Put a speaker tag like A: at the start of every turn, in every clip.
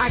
A: A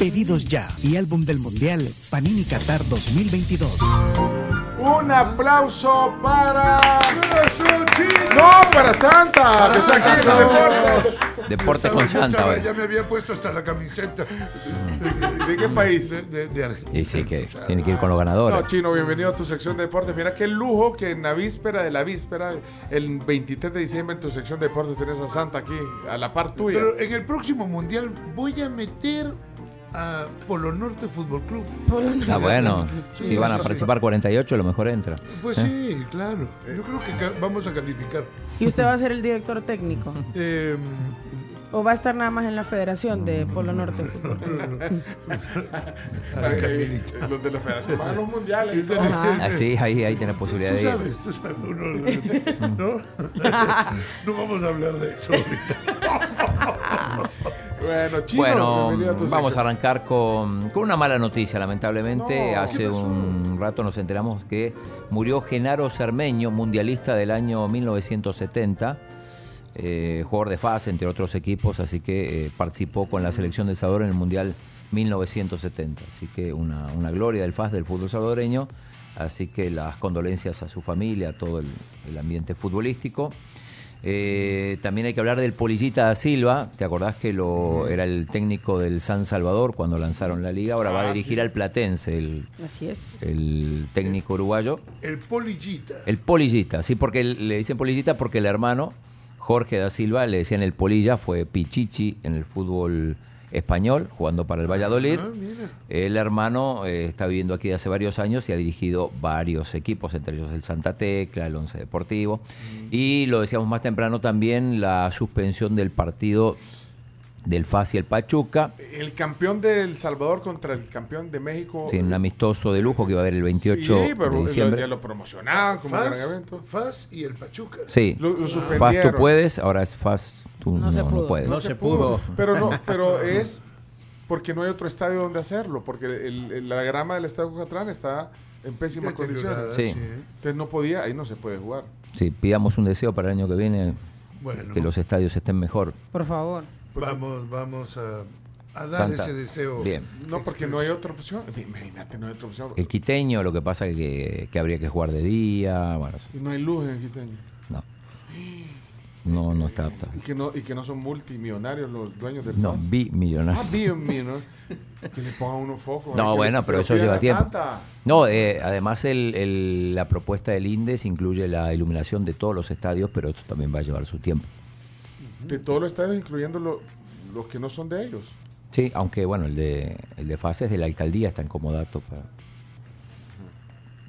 B: Pedidos Ya y Álbum del Mundial Panini Qatar 2022.
C: Un aplauso para.
D: ¡Eso, chino!
C: ¡No, para Santa! Que está aquí en el deporte.
E: Deporte
D: Yo
E: con
D: estaba- yo
E: Santa,
D: estaba-
E: güey.
D: Ya me había puesto hasta la camiseta.
C: ¿De qué país?
D: De, de, de Argentina.
E: Y sí, que tiene que ir con los ganadores.
C: No, Chino, bienvenido a tu sección de deportes. Mira qué lujo que en la víspera de la víspera, el 23 de diciembre, en tu sección de deportes tenés a Santa aquí, a la par tuya.
E: eh,
D: Pero en el próximo mundial voy a meter a Polo Norte Fútbol Club.
E: Ah, bueno.
D: Sí,
E: Si van a
D: sí,
E: participar 48, a lo mejor entra.
D: Pues sí, claro. Yo creo que ca- vamos a calificar.
F: ¿Y usted va a ser el director técnico?
D: Eh,
F: ¿O va a estar nada más en la federación de Polo Norte?
C: Eh, eh, los de la federación van a los mundiales. y todo.
E: Así, ahí, ahí tenés posibilidad
D: tú
E: de ir.
D: sabes, tú sabes. uno- ¿no? no vamos a hablar de eso ahorita.
C: Bueno, Chino,
E: Bueno,
C: bienvenido a tu
E: vamos a
C: sección.
E: arrancar con, con una mala noticia, lamentablemente.
C: No,
E: Hace un rato nos enteramos que murió Genaro Cermeño, mundialista del año 1970, eh, jugador de FAS, entre otros equipos, así que eh, participó con la selección de Salvador en el Mundial 1970. Así que una, una gloria del FAS del fútbol salvadoreño. Así que las condolencias a su familia, a todo el, el ambiente futbolístico. Eh, también hay que hablar del Polillita da Silva. ¿Te acordás que lo, era el técnico del San Salvador cuando lanzaron la liga? Ahora va a dirigir al Platense, el,
F: Así es.
E: el técnico uruguayo.
D: El Polillita.
E: El Polillita, sí, porque el- le dicen Polillita porque el hermano Jorge da Silva le decían el Polilla, fue Pichichi en el fútbol español, jugando para
C: Ah,
E: el Valladolid. El hermano eh, está viviendo aquí de hace varios años y ha dirigido varios equipos, entre ellos el Santa Tecla, el Once Deportivo.
C: Mm.
E: Y lo decíamos más temprano también, la suspensión del partido del FAS y el Pachuca.
C: El campeón de El Salvador contra el campeón de México.
E: Tiene un amistoso de lujo que va a haber el 28
C: Sí, pero
E: de
C: lo-
E: diciembre.
C: ya lo promocionaban como gran
D: Faz,
C: evento.
D: Faz y el Pachuca.
E: Sí.
C: Lo, lo
E: Faz tú
C: suspendieron.
E: puedes, ahora es Faz tú no,
F: No se
E: no
F: pudo.
E: puedes.
G: No se pudo.
C: Pero no, pero es porque no hay otro estadio donde hacerlo, porque el- el- la grama del estadio Cucatlán está en pésimas
D: Deteriorada,
C: condiciones.
E: Sí.
C: Entonces no podía, ahí no se puede jugar.
E: Sí, pidamos un deseo para el año que viene,
D: Bueno.
E: que los estadios estén mejor.
F: Por favor.
D: Vamos, vamos a, a dar
E: Santa.
D: Ah, ese
G: Oh.
D: deseo.
E: Bien.
C: No, porque no hay otra opción. Imagínate, no hay otra opción.
E: El quiteño, lo que pasa es que, que habría que jugar de día, bueno, eso-
C: Y no hay luz en Quiteño.
E: no. No, no está apta.
C: Y que no, y que no son multimillonarios los dueños del
E: No,
C: FAS.
E: bimillonario.
C: Ah, Dios mío, ¿no? Que le pongan uno foco.
E: No,
C: ahí, que
E: bueno,
C: le-
E: pero
C: se
E: eso
C: lo pidan
E: lleva
C: a
E: tiempo.
C: Santa.
E: No, eh, además el- el- la propuesta del INDES incluye la iluminación de todos los estadios, pero eso también va a llevar su tiempo.
C: De todos los estadios, incluyendo lo- los que no son de ellos.
E: Sí, aunque bueno, el de, el de FAS es de la alcaldía, está en comodato para,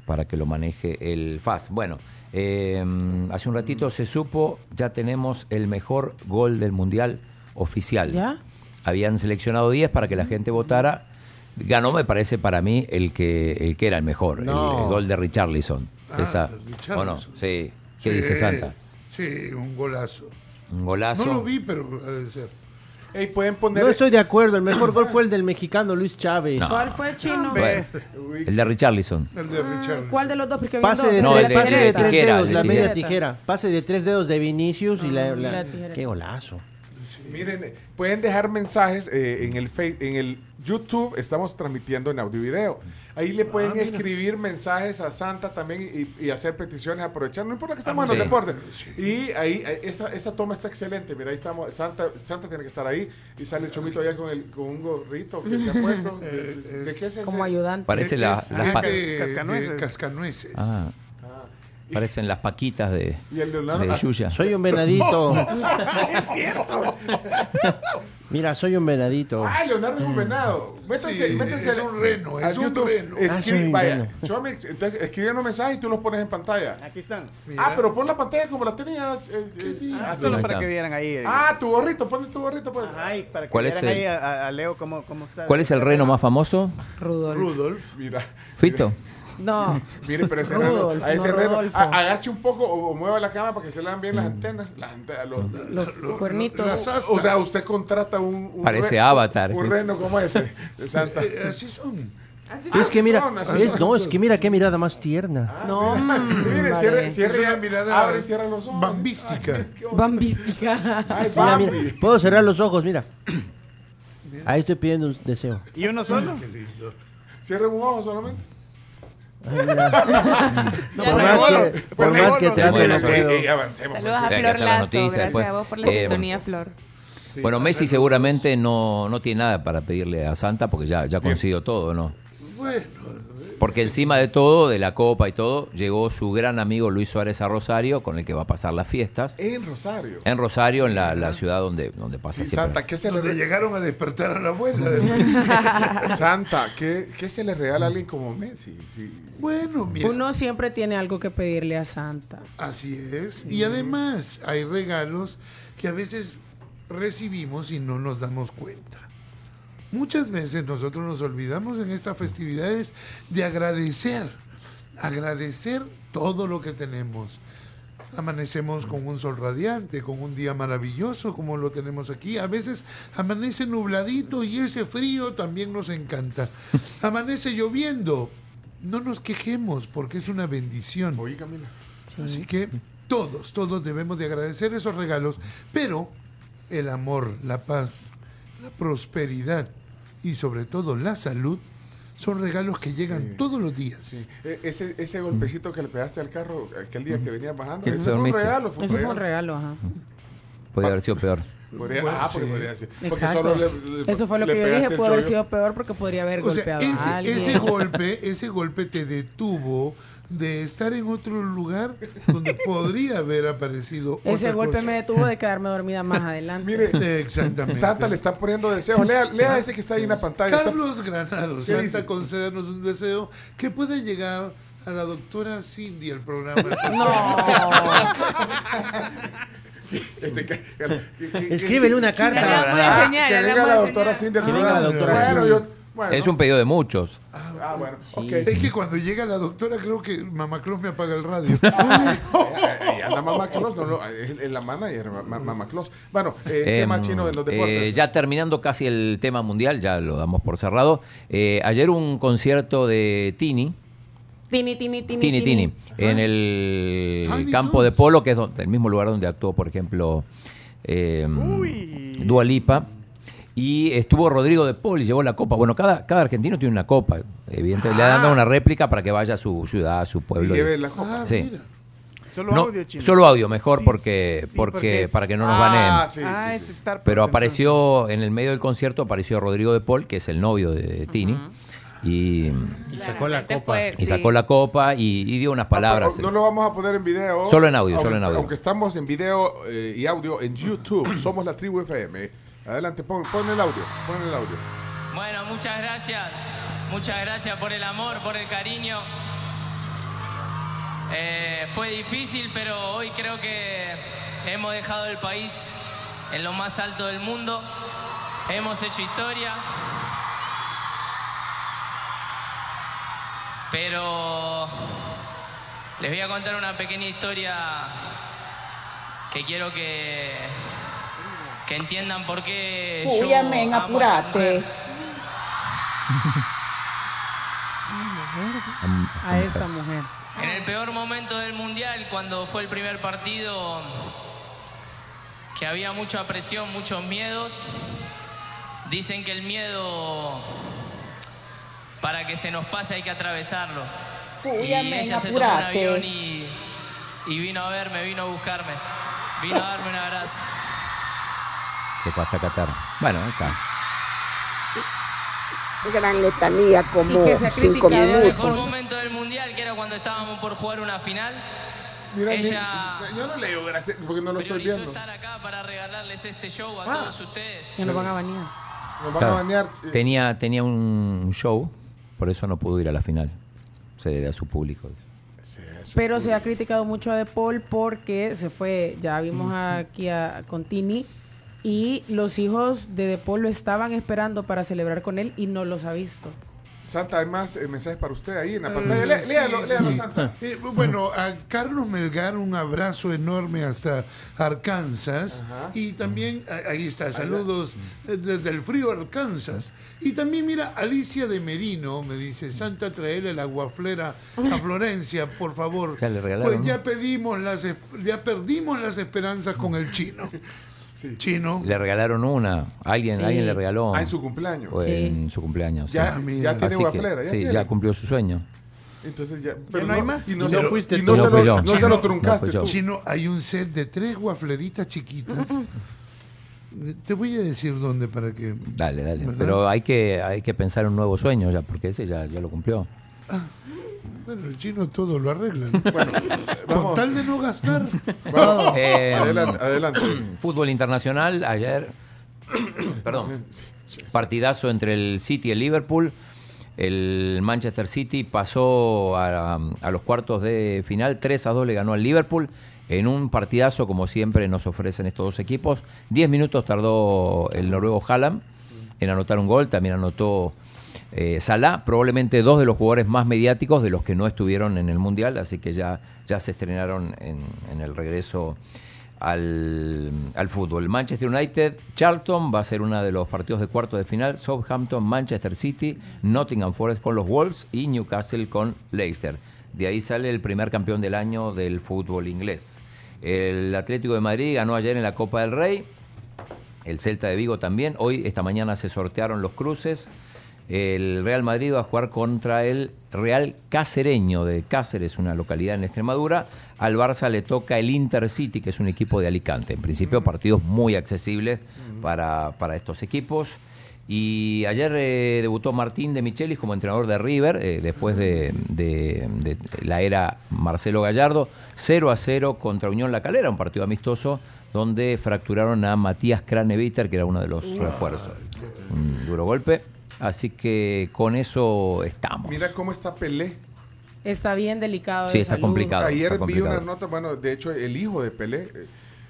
E: para que lo maneje el FAS. Bueno, eh, hace un ratito se supo, ya tenemos el mejor gol del Mundial oficial.
F: ¿Ya?
E: Habían seleccionado 10 para que la gente votara. Ganó, me parece, para mí, el que, el que era el mejor, el- el, gol de Richarlison.
D: Ah,
E: Esa,
D: Richarlison.
E: ¿o no? Sí. ¿Qué
D: Sí,
E: dice Santa?
D: Sí, un golazo.
E: Un golazo.
D: No lo vi, pero ha de ser.
C: Ey, pueden poner.
H: No estoy de acuerdo, el mejor gol fue el del mexicano Luis Chávez.
E: No.
F: ¿Cuál fue chino? Ah,
E: Bueno, el de Richarlison.
D: El de Richard.
F: ¿Cuál de los dos? Porque habían
H: Pase
F: dos.
H: de,
E: No,
H: tres,
E: el de-
H: pase
E: el de
H: de tres
E: tijera, el
H: dedos,
E: de
H: la
F: tijera.
H: media tijera. Pase de tres dedos de Vinicius y la,
F: Ah,
H: la-
F: la tijera.
H: Qué golazo.
C: Miren, eh, pueden dejar mensajes eh, en el Face- en el YouTube, estamos transmitiendo en audio y video. Ahí le pueden escribir mensajes a Santa también y, y hacer peticiones, aprovechar, no importa que estamos en los
E: Sí.
C: deportes. Y ahí, eh, esa, esa toma está excelente, mira, ahí estamos, Santa, Santa tiene que estar ahí y sale el chomito allá con, el, con un gorrito que se ha puesto. ¿De, de- de qué se
F: Como
C: hace?
F: ayudante.
E: Parece
D: Es-
E: Este, la-
D: es
E: las
D: de-
E: pa-
D: de-
C: Cascanueces.
D: de cascanueces.
E: Ah. Parecen las paquitas de,
C: Y el Leonardo-
E: de
C: ah,
E: Yuya.
H: Soy un venadito.
C: es cierto.
H: Mira, soy un venadito.
C: Ah, Leonardo es un venado. Métanse,
D: Sí,
C: métanse
D: es
C: al-
D: un reno, es
C: al
D: un reno.
C: Escri-
H: Ah, soy un
C: vaya,
H: reno.
C: Chomix, entonces escriben los mensajes y tú los pones en pantalla.
I: Aquí están.
C: Ah, pero pon la pantalla como la tenías. eh, eh,
I: Ah,
C: hace-
I: solo
E: Ahí
I: para
E: está.
I: que vieran ahí. eh.
C: ah, tu gorrito, ponle tu gorrito. Pues.
I: Ajá, y para que
E: ¿Cuál es
I: vieran
E: el-
I: ahí a, a Leo cómo, cómo está.
E: ¿Cuál es el reno más famoso?
F: Rudolf.
D: Rudolf.
C: Mira.
E: Fito.
F: No.
C: Mire, pero ese
F: Rudolf,
C: reno, a ese
F: no
C: reno,
F: Rodolfo.
C: a- agache un poco o, o mueva la cama para que se le dan bien las antenas. Las antenas, los-
F: Los cuernitos.
D: las astas.
C: o sea, usted contrata un, un
E: Parece
C: reno-
E: Avatar.
C: Un reno como ese, de Santa.
D: Eh, así son.
H: es que mira,
C: son, así
H: es-
C: son.
H: no, es que mira qué mirada más tierna.
F: no. mm,
C: Mire,
F: vale.
C: cierre, cierre,
D: Es una
C: ya,
D: mirada
C: abre y cierra los ojos.
D: bambística.
C: Ay, qué-
F: Bambística.
C: ay,
H: Mira,
C: Bambi.
H: mira, puedo cerrar los ojos, mira. Ahí estoy pidiendo un deseo.
I: ¿Y uno solo?
C: Cierre un ojo solamente.
H: Por más que, por más que
E: Se mueve
H: trate, no
E: la
H: puedo.
C: Ey, avancemos.
J: Saludos a
E: Hay que
J: Flor
E: hacer las
J: Lazo. gracias
E: noticias
H: pues.
E: después.
J: a vos por la
E: Eh,
J: sintonía, Flor.
E: Bueno, Messi seguramente no, no tiene nada para pedirle a Santa porque ya, ya consiguió todo, ¿no?
I: eh.
E: Porque encima de todo, de la copa y todo, llegó su gran amigo Luis Suárez a Rosario, con el que va a pasar las fiestas.
C: En Rosario.
E: En Rosario, en la, la ciudad donde, donde pasa
C: Sí,
E: siempre.
C: Santa, ¿qué se le
D: Donde
C: regala?
D: llegaron a despertar a la abuela.
C: Santa, ¿qué, qué se le regala a alguien como Messi? Sí.
D: Bueno, mira.
F: Uno siempre tiene algo que pedirle a Santa.
D: Así es. Y además hay regalos que a veces recibimos y no nos damos cuenta. Muchas veces nosotros nos olvidamos en estas festividades de agradecer, agradecer todo lo que tenemos. Amanecemos con un sol radiante, con un día maravilloso como lo tenemos aquí. A veces amanece nubladito y ese frío también nos encanta. Amanece lloviendo. No nos quejemos porque es una bendición.
C: Oye, Camila.
D: Así que todos, todos debemos de agradecer esos regalos, pero el amor, la paz, la prosperidad y sobre todo la salud son regalos que llegan todos los días.
C: Eh, Ese, ese golpecito que le pegaste al carro aquel día que venías bajando,
E: Que
C: ese
E: te
C: fue un
E: dormiste.
C: regalo. Fue un
F: Ese fue un
C: regalo.
F: regalo, ajá.
E: Podría haber sido peor.
C: Podría-
D: Bueno,
C: ah, porque
D: sí.
C: podría ser. Porque
F: Exacto.
C: solo le, le-
F: Eso fue lo
C: le
F: que yo
C: pegaste
F: dije.
C: el
F: Puede haber
C: chollo.
F: sido peor porque podría haber
D: O sea,
F: golpeado a
D: ese,
F: alguien.
D: ese golpe, ese golpe te detuvo de estar en otro lugar donde podría haber aparecido
F: Ese
D: otra
F: golpe
D: cosa.
F: me detuvo de quedarme dormida más adelante.
C: Mire,
D: Exactamente.
C: Santa le están poniendo deseos. Lea, lea ese que está ahí en la pantalla. Está-
D: Carlos Granados,
C: ¿Qué
D: Santa,
C: dice?
D: concédanos un deseo que pueda llegar a la doctora Cindy al programa.
F: No.
C: este, que- que- que-
H: Escríbele una
J: Ya
H: carta.
J: la vamos a
C: que-
J: enseñar,
C: que
J: ya
C: venga
J: vamos
C: la
J: a
F: Ah,
C: doctora
J: enseñar.
C: Cindy. al
H: Que venga la
C: programa.
H: doctora
C: Bueno,
H: Cindy.
C: yo-
I: Ah,
C: bueno.
E: Es un pedido de muchos.
C: Ah, bueno. Ok.
D: Es que cuando llega la doctora creo que Mamá Cruz me apaga el radio.
C: Ah, Ahí Eh, anda Mamá Claus, no, no, es es la manager, ma- ma- Mamá Claus. Bueno, eh, ¿qué
E: Em,
C: más chino de los deportes?
E: eh, ya terminando casi el tema mundial, ya lo damos por cerrado. Eh, ayer un concierto de Tini,
F: Tini, tini, tini.
E: Tini Tini, en el
D: Tiny
E: campo de
D: Toons.
E: polo, que es donde- el mismo lugar donde actuó, por ejemplo, eh, Dua Lipa. Y estuvo Rodrigo de Paul y llevó la copa. Bueno, cada, cada argentino tiene una copa. Evidentemente, le han dado una réplica para que vaya a su ciudad, a su
C: y
E: pueblo.
C: lleve la copa.
D: Ah,
E: Sí.
D: mira.
I: Solo
E: No,
I: audio, chino.
E: solo audio, mejor,
I: Sí,
E: porque,
I: sí,
E: porque,
I: es-
E: para que no nos
C: Ah,
E: baneen.
C: sí,
I: ah,
C: sí,
I: es
C: sí.
I: Star
E: Pero
I: Plus,
E: apareció en el medio del concierto, apareció Rodrigo de Paul, que es el novio de, de Tini, y,
H: Y sacó la
J: Claramente
H: copa.
J: fue, sí.
E: y sacó la copa y, y dio unas palabras. eh.
C: No lo vamos a poner en video.
E: Solo en audio,
C: aunque-
E: solo en audio.
C: Aunque estamos en video eh, y audio en YouTube. Somos la tribu FM. Adelante, pon, pon el audio. Pon el audio.
J: Bueno, muchas gracias. Muchas gracias por el amor, por el cariño. Eh, fue difícil, pero hoy creo que hemos dejado el país en lo más alto del mundo. Hemos hecho historia. Pero les voy a contar una pequeña historia que quiero que, que entiendan por qué yo
A: Uy, amén,
J: amo a esta
A: apurate.
J: mujer.
E: Mm,
F: A esta mujer.
J: En el peor momento del mundial, cuando fue el primer partido, que había mucha presión, muchos miedos, dicen que el miedo, para que se nos pase, hay que atravesarlo. y ella se tomó un avión y, y vino a verme, vino a buscarme, vino a darme un abrazo.
E: Se fue hasta Qatar. Bueno, ahí está.
A: Gran letanía
F: Sí, que se ha criticado.
J: el mejor momento del mundial, que era cuando estábamos por jugar una final,
C: Mira,
J: Ella-
C: ni- yo no leo gracias porque no lo estoy
J: priorizó
C: viendo.
J: estar acá para regalarles este show a
C: Ah.
J: todos ustedes.
F: Que nos van a bañar.
C: Nos van
E: Claro.
C: a banear. eh,
E: Tenía, tenía un show, por eso no pudo ir a la final. Se debe a su público.
F: Pero se ha criticado mucho a De Paul porque se fue, ya vimos aquí a, con Tini, y los hijos de De Paul lo estaban esperando para celebrar con él y no los ha visto.
C: Santa, hay más eh, mensajes para usted ahí en la
D: Eh,
C: pantalla. Lé-
D: sí,
C: léalo, léalo,
D: sí.
E: Ah,
C: Santa.
D: Eh, bueno, a Carlos Melgar un abrazo enorme hasta Arkansas. Y también, a- ahí está, saludos
C: Mm.
D: eh, desde el frío Arkansas. Y también, mira, Alicia de Merino me dice, Santa, traele la guaflera a Florencia, por favor.
E: Ya le regalaron,
D: Pues ya
E: ¿no?
D: pedimos las, es- ya perdimos las esperanzas con el chino. Chino.
E: Le regalaron una. Alguien,
F: Sí.
E: alguien le regaló.
C: Ah, en su cumpleaños.
E: o
F: Sí.
E: En su cumpleaños.
C: Ya,
E: sí.
C: ya tiene
E: Así que,
C: guaflera, ya
E: sí,
C: tiene.
E: ya cumplió su sueño.
C: Entonces ya. Pero
F: no hay más.
C: Y no,
H: Y
C: se,
H: no
C: lo-
H: fuiste
C: y
H: tú.
C: no
E: No
C: se
E: fui
C: lo,
E: yo.
C: no se lo
E: No fui
C: truncaste
E: yo.
C: tú.
D: Chino, hay un set de tres guafleritas chiquitas. Te voy a decir dónde para que...
E: Dale, dale.
D: ¿Verdad?
E: Pero hay que, hay que pensar un nuevo sueño ya, porque ese ya, ya lo cumplió.
D: Bueno, el chino todo lo arregla. ¿no? Con
C: Vamos.
D: tal de no gastar.
C: Vamos.
E: Eh,
C: adelante, adelante.
E: Fútbol internacional, ayer, perdón, partidazo entre el City y el Liverpool. El Manchester City pasó a, a los cuartos de final, 3 a 2 le ganó al Liverpool. En un partidazo, como siempre nos ofrecen estos dos equipos, 10 minutos tardó el noruego Haaland en anotar un gol, también anotó eh, Salah, probablemente dos de los jugadores más mediáticos de los que no estuvieron en el Mundial, así que ya, ya se estrenaron en, en el regreso al, al fútbol. Manchester United, Charlton va a ser uno de los partidos de cuarto de final, Southampton, Manchester City, Nottingham Forest con los Wolves y Newcastle con Leicester. De ahí sale el primer campeón del año del fútbol inglés. El Atlético de Madrid ganó ayer en la Copa del Rey, el Celta de Vigo también. Hoy, esta mañana, se sortearon los cruces. El Real Madrid va a jugar contra el Real Cacereño de Cáceres, una localidad en Extremadura. Al Barça le toca el Intercity, que es un equipo de Alicante. En principio, partidos muy accesibles para, para estos equipos. Y ayer eh, debutó Martín de Michelis como entrenador de River, eh, después de, de- de la era Marcelo Gallardo, 0 a 0 contra Unión La Calera, un partido amistoso donde fracturaron a Matías Craneviter, que era uno de los refuerzos. Un duro golpe. Así que con eso estamos.
C: Mira cómo está Pelé.
F: Está bien delicado. de
E: Sí, está
F: salud.
E: complicado.
C: Ayer
E: está
C: vi
E: complicado.
C: una nota, bueno, de hecho el hijo de Pelé eh,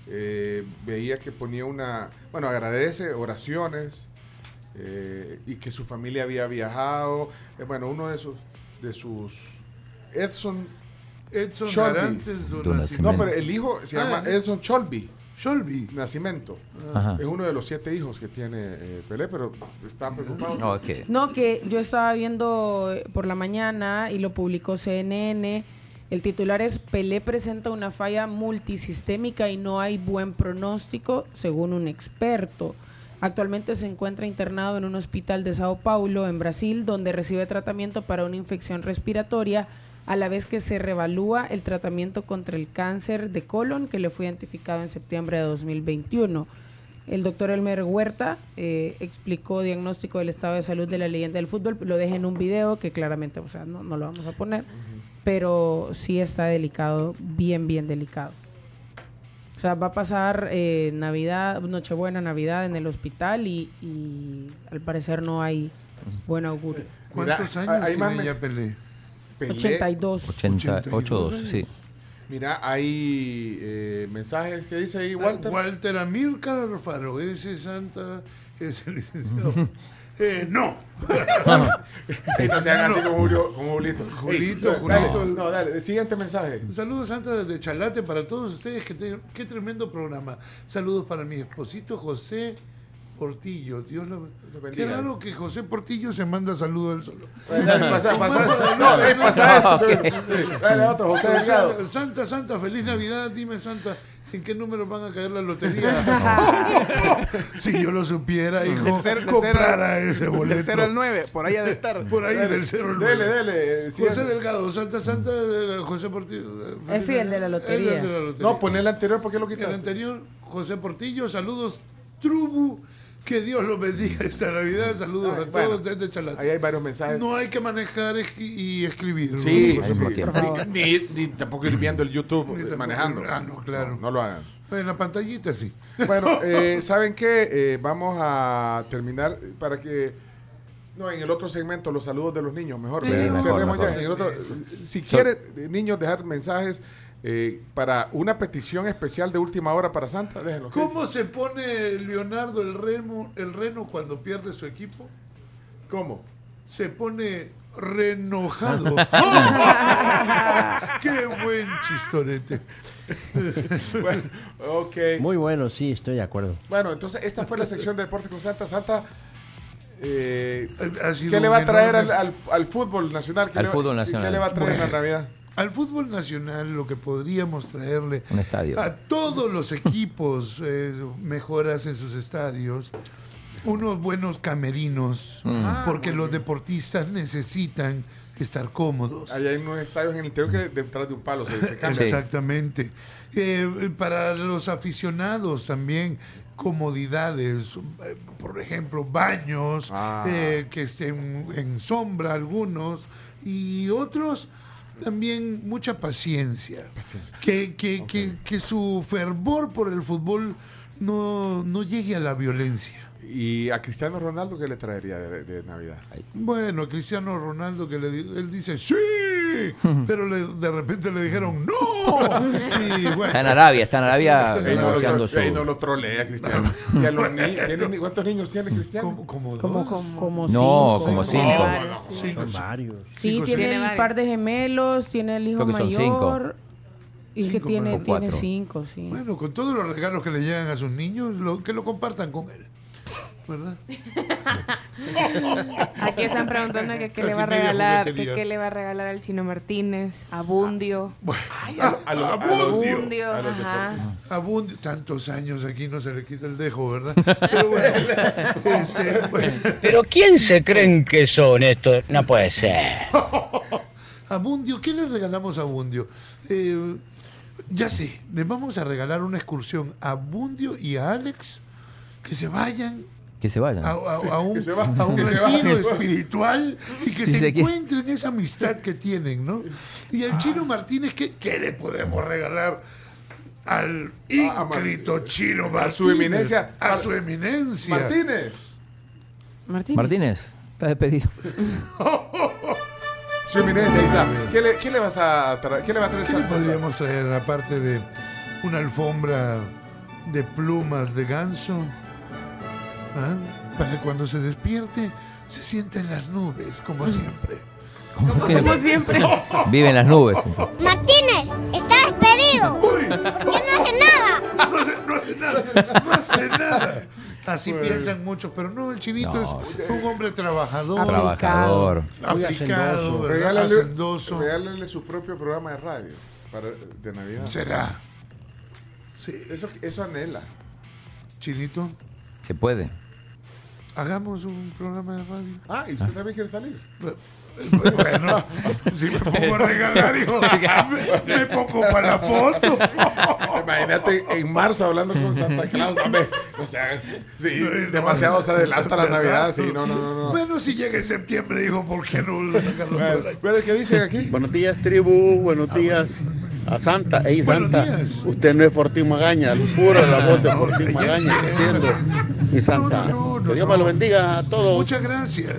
C: eh, veía que ponía una, bueno, agradece oraciones eh, y que su familia había viajado. Eh, bueno, uno de sus, de sus, Edson,
D: Edson
C: Sholby.
D: Garantes do
E: Do
D: Nascimento.
C: no,
E: Nacimento.
C: pero el hijo se
D: Ah,
C: llama
D: ya.
C: Edson Cholby
D: Sholby.
C: Nacimiento.
E: Ajá.
C: Es uno de los siete hijos que tiene eh, Pelé, pero están preocupados.
E: No, es que
F: No, que yo estaba viendo eh, por la mañana y lo publicó CNN. El titular es Pelé presenta una falla multisistémica y no hay buen pronóstico, según un experto. Actualmente se encuentra internado en un hospital de Sao Paulo, en Brasil, donde recibe tratamiento para una infección respiratoria, a la vez que se revalúa el tratamiento contra el cáncer de colon que le fue identificado en septiembre de 2021. El doctor Elmer Huerta eh, explicó diagnóstico del estado de salud de la leyenda del fútbol. Lo dejé en un video que claramente, o sea, no, no lo vamos a poner, pero sí está delicado, bien, bien delicado. O sea, va a pasar eh, Navidad, Nochebuena, Navidad en el hospital y, y al parecer no hay buen augurio.
D: ¿Cuántos
C: Mira,
D: años
C: hay más
D: tiene
C: me-
D: ya Pelé?
C: Pelé,
F: 82.
E: 88
D: años.
E: sí.
C: Mira, hay eh, mensajes que dice ahí
D: Ah, Walter,
C: Walter.
D: Amílcar Alfaro, ese santa, ese licenciado. Eh, no.
C: Y no sean así
D: No.
C: como Julio, como Julito.
D: Julito,
C: Ey, dale,
D: Julito.
C: No, dale, siguiente mensaje.
D: Un saludo santa desde Chalate para todos ustedes. Que te- qué tremendo programa. Saludos para mi esposito José Portillo. Dios lo,
C: Lo
D: Qué
C: bendiga.
D: raro que José Portillo se manda saludos él solo.
C: Dale, Pasa, pasa.
D: No,
C: No,
D: no,
C: ey,
D: no,
C: pasa eso. sí. Dale, otro, José
D: José,
C: Delgado.
D: Santa, Santa, feliz Navidad. Dime, Santa, ¿en qué número van a caer la lotería? si yo lo
C: Mm.
D: supiera, hijo,
I: Del cero- del cero-
D: comprara ese boleto.
I: Del 0 al 9, por ahí ha de estar.
D: Por ahí, del 0 al
C: Dele,
D: 9.
C: dele. eh,
D: José
C: siguiente.
D: Delgado, Santa, Santa, eh, José Portillo. eh,
F: Es sí, el de la
D: feliz
F: lotería.
D: Navidad. Es el de la lotería.
C: No, pon el anterior porque lo
D: El
C: quitaste.
D: anterior, José Portillo, saludos, Trubu. Que Dios los bendiga esta Navidad. Saludos a
C: bueno,
D: todos desde Chalate.
C: Ahí hay varios mensajes.
D: No hay que manejar es- y escribir.
C: Sí,
D: ¿no?
C: sí,
D: Por
C: sí.
D: favor.
C: Ni, ni tampoco ir viendo el YouTube
D: Ni
C: eh,
D: tampoco-
C: manejando.
D: Ah, no, claro.
C: No, no lo hagan.
D: En la pantallita sí.
C: Bueno, eh, ¿saben qué? Eh, vamos a terminar para que. No, en el otro segmento, los saludos de los niños, mejor.
D: Sí,
C: Eh,
D: mejor,
C: cerremos ya.
D: mejor.
C: En el otro- si quieren, eh, niños, dejar mensajes eh, para una petición especial de última hora para Santa, déjenlo. ¿Qué
D: ¿Cómo se pone Leonardo el remo, el reno cuando pierde su equipo?
C: dice? ¿Cómo?
D: Se pone renojado. ¡Oh! ¡Qué buen chistorete!
C: bueno, ok.
H: Muy bueno, sí, estoy de acuerdo.
C: Bueno, entonces esta fue la sección de Deporte con Santa. Santa, eh,
D: Ha sido
C: ¿qué le va
D: un
C: a traer al,
D: enorme-
C: al- al fútbol nacional? ¿Qué
E: Al
C: le va-
E: fútbol
C: qué- ¿Qué
E: nacional.
C: le va a traer
D: Bueno.
C: la Navidad?
D: Al fútbol nacional lo que podríamos traerle
E: Un estadio.
D: a todos los equipos eh, mejoras en sus estadios, unos buenos camerinos,
E: Mm.
D: porque los deportistas necesitan estar cómodos.
C: Allá hay unos estadios en el interior que detrás de un palo se, se cambia.
D: Exactamente. Eh, para los aficionados también, comodidades, eh, por ejemplo, baños
C: Ah.
D: eh, que estén en sombra algunos y otros también mucha paciencia. Que, que- que- que su fervor por el fútbol no, no llegue a la violencia.
C: ¿Y a Cristiano Ronaldo qué le traería de, de Navidad?
D: Bueno, Cristiano Ronaldo que le di- él dice sí, pero le- de repente le dijeron no. Y bueno,
E: Está en Arabia, está en Arabia
C: Ahí no, lo,
E: negociando
C: ahí no
E: su.
C: lo trolea, Cristiano. Y a los ni- tiene ni- ¿Cuántos niños tiene Cristiano?
D: como, como
F: Como,
D: dos.
F: como, como
E: No,
F: cinco.
E: como
F: Tiene
E: cinco.
F: varios, sí.
D: Sí,
H: Son
D: sí.
H: varios.
F: Sí,
D: Cinco,
F: tiene
D: sí.
F: el par de gemelos, tiene el hijo
E: Creo que son cinco.
F: mayor. Y es que
D: Cinco,
F: tiene,
D: pero-
F: tiene
E: cuatro.
F: cinco, sí.
D: Bueno, con todos los regalos que le llegan a sus niños, lo- que lo compartan con él. ¿Verdad?
K: Aquí están preguntando que qué le va a
D: Casi media
K: regalar,
D: juguetería.
K: que qué le va a regalar al Chino Martínez, a Bundio.
C: A, lo- a lo- a los-
K: Bundio,
C: a los
K: ajá.
C: deportistas.
D: ah, Abunde, tantos años aquí no se le quita el dejo, ¿verdad? Pero bueno, este, bueno,
L: Pero ¿quién se creen que son estos? No puede ser.
D: Abundio, ¿qué le regalamos a Abundio? Eh, ya sé, les vamos a regalar una excursión a Abundio y a Alex que se vayan
E: Que se vayan.
D: a, a- a un,
C: que se va,
D: a un
C: que se va.
D: retiro espiritual y que
E: Si
D: se,
E: se quiere.
D: encuentren esa amistad que tienen, ¿no? Y
C: Ah.
D: al Chino Martínez, ¿qué, qué le podemos regalar al
C: Ah, A- a Mar-
D: ínclito Chino Martínez?
C: a su eminencia.
D: A
C: Mar-
D: su eminencia.
C: Martínez,
F: Martín.
E: Martínez, estás despedido.
C: su eminencia, ahí está. ¿Qué le, qué le vas a traer? ¿Qué le va a traer
D: ¿Qué le
C: Santa?
D: podríamos traer, aparte de una alfombra de plumas de ganso? ¿Ah? Para cuando se despierte, se sienta en las nubes, como
C: Mm.
D: siempre.
E: Como
K: Como
E: siempre.
K: siempre.
E: Vive en las nubes.
M: Martínez, está despedido.
D: ¡Uy!
M: Ya no hace nada.
D: No hace, no hace nada, no hace nada. Así piensan muchos, pero no, el chinito
E: No,
D: es un hombre trabajador,
F: Traba-
E: Trabajador.
H: Muy
D: aplicado,
H: hacendoso.
D: ¿verdad?
C: Regálale,
D: hacendoso.
C: regálale su propio programa de radio para, de Navidad.
D: Será. Sí,
C: Eso, eso anhela.
D: chinito,
E: Se puede.
D: hagamos un programa de radio.
C: Ah, y usted también quiere salir.
D: Bueno, si me pongo a regalar, hijo, me, me pongo para la foto.
C: Imagínate en marzo hablando con Santa Claus. Dame, o sea, sí,
D: No, no,
C: demasiado se adelanta la
D: ¿verdad?
C: Navidad. Sí, no, no, no. no.
D: Bueno, si llega en septiembre, dijo, ¿por qué no sacarlo
C: Bueno,
D: todo el año?
C: pero ¿qué dicen aquí?
N: Buenos días, tribu. Buenos días a Santa. Ey,
D: Buenos
N: Santa,
D: días.
N: usted no es Fortín Magaña, lo juro, la voz de Fortín Magaña está haciendo. Mi Santa,
D: no, no,
N: que Dios
D: no.
N: me lo bendiga a todos.
D: Muchas gracias.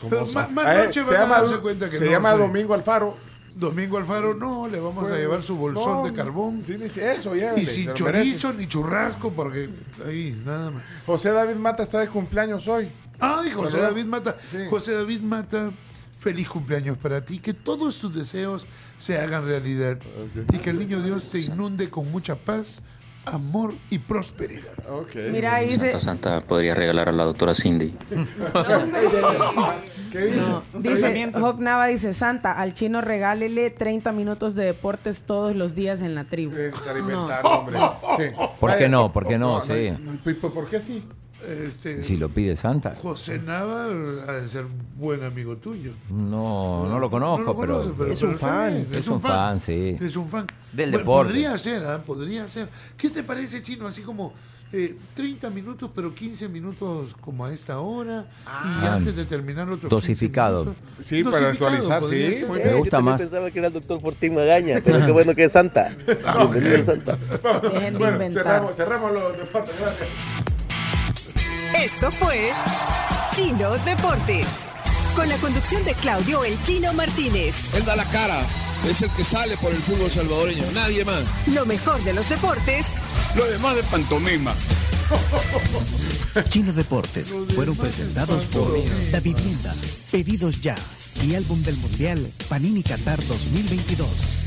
C: ¿Cómo son?
D: Más, más
C: Ah, eh,
D: noche
C: se
D: van a
C: llama,
D: darse cuenta que
C: se
D: no
C: llama
D: soy.
C: Domingo Alfaro.
D: Domingo Alfaro, no, le vamos a llevar su bolsón
C: No,
D: de carbón.
C: Sí, dice eso, llévale,
D: y
C: se
D: sin
C: lo
D: chorizo
C: merece.
D: ni churrasco, porque ahí, nada más.
C: José David Mata está de cumpleaños hoy.
D: Ay, José
C: Saluda-
D: David Mata.
C: Sí.
D: José David Mata, feliz cumpleaños para ti. Que todos tus deseos se hagan realidad. Y que el niño Dios te inunde con mucha paz, amor y prosperidad.
C: Ok.
F: Mira, ahí dice,
L: Santa Santa podría regalar a la doctora Cindy.
C: ¿Qué dice?
F: dice Jock Nava dice, Santa, al chino regálele 30 minutos de deportes todos los días en la tribu.
C: Eh, estar inventando, hombre. Sí.
E: ¿Por qué
C: Vaya,
E: no? ¿Por qué no?
C: no,
E: Sí.
C: ¿Y ¿Por por qué sí?
D: Este,
E: Si lo pide Santa.
D: José Nava eh, ha de ser buen amigo tuyo.
E: No, no lo conozco,
D: No lo
E: pero,
D: conoces, pero-
H: es un
D: pero está
H: fan.
D: bien,
E: Es un fan, sí.
D: Es un fan.
E: Del deporte.
D: Podría ser, ¿ah? podría ser. ¿Qué te parece, Chino? Así como eh, 30 minutos, pero 15 minutos como a esta hora. y
E: Ah.
D: antes de terminar otro.
E: Dosificado.
C: Sí, para actualizar, sí.
D: muy
E: Me gusta
O: Yo
E: más.
O: pensaba que era el doctor Fortín Magaña, pero qué bueno que es Santa. Bienvenido al Santa.
C: bueno, cerramos, cerramos los deportes. Gracias.
A: Esto fue Chino Deportes. Con la conducción de Claudio El Chino Martínez.
P: Él da la cara, es el que sale por el fútbol salvadoreño, nadie más.
A: Lo mejor de los deportes.
P: Lo demás de pantomima.
B: Chino Deportes fueron presentados por La Vivienda, Pedidos Ya y Álbum del Mundial Panini Qatar 2022.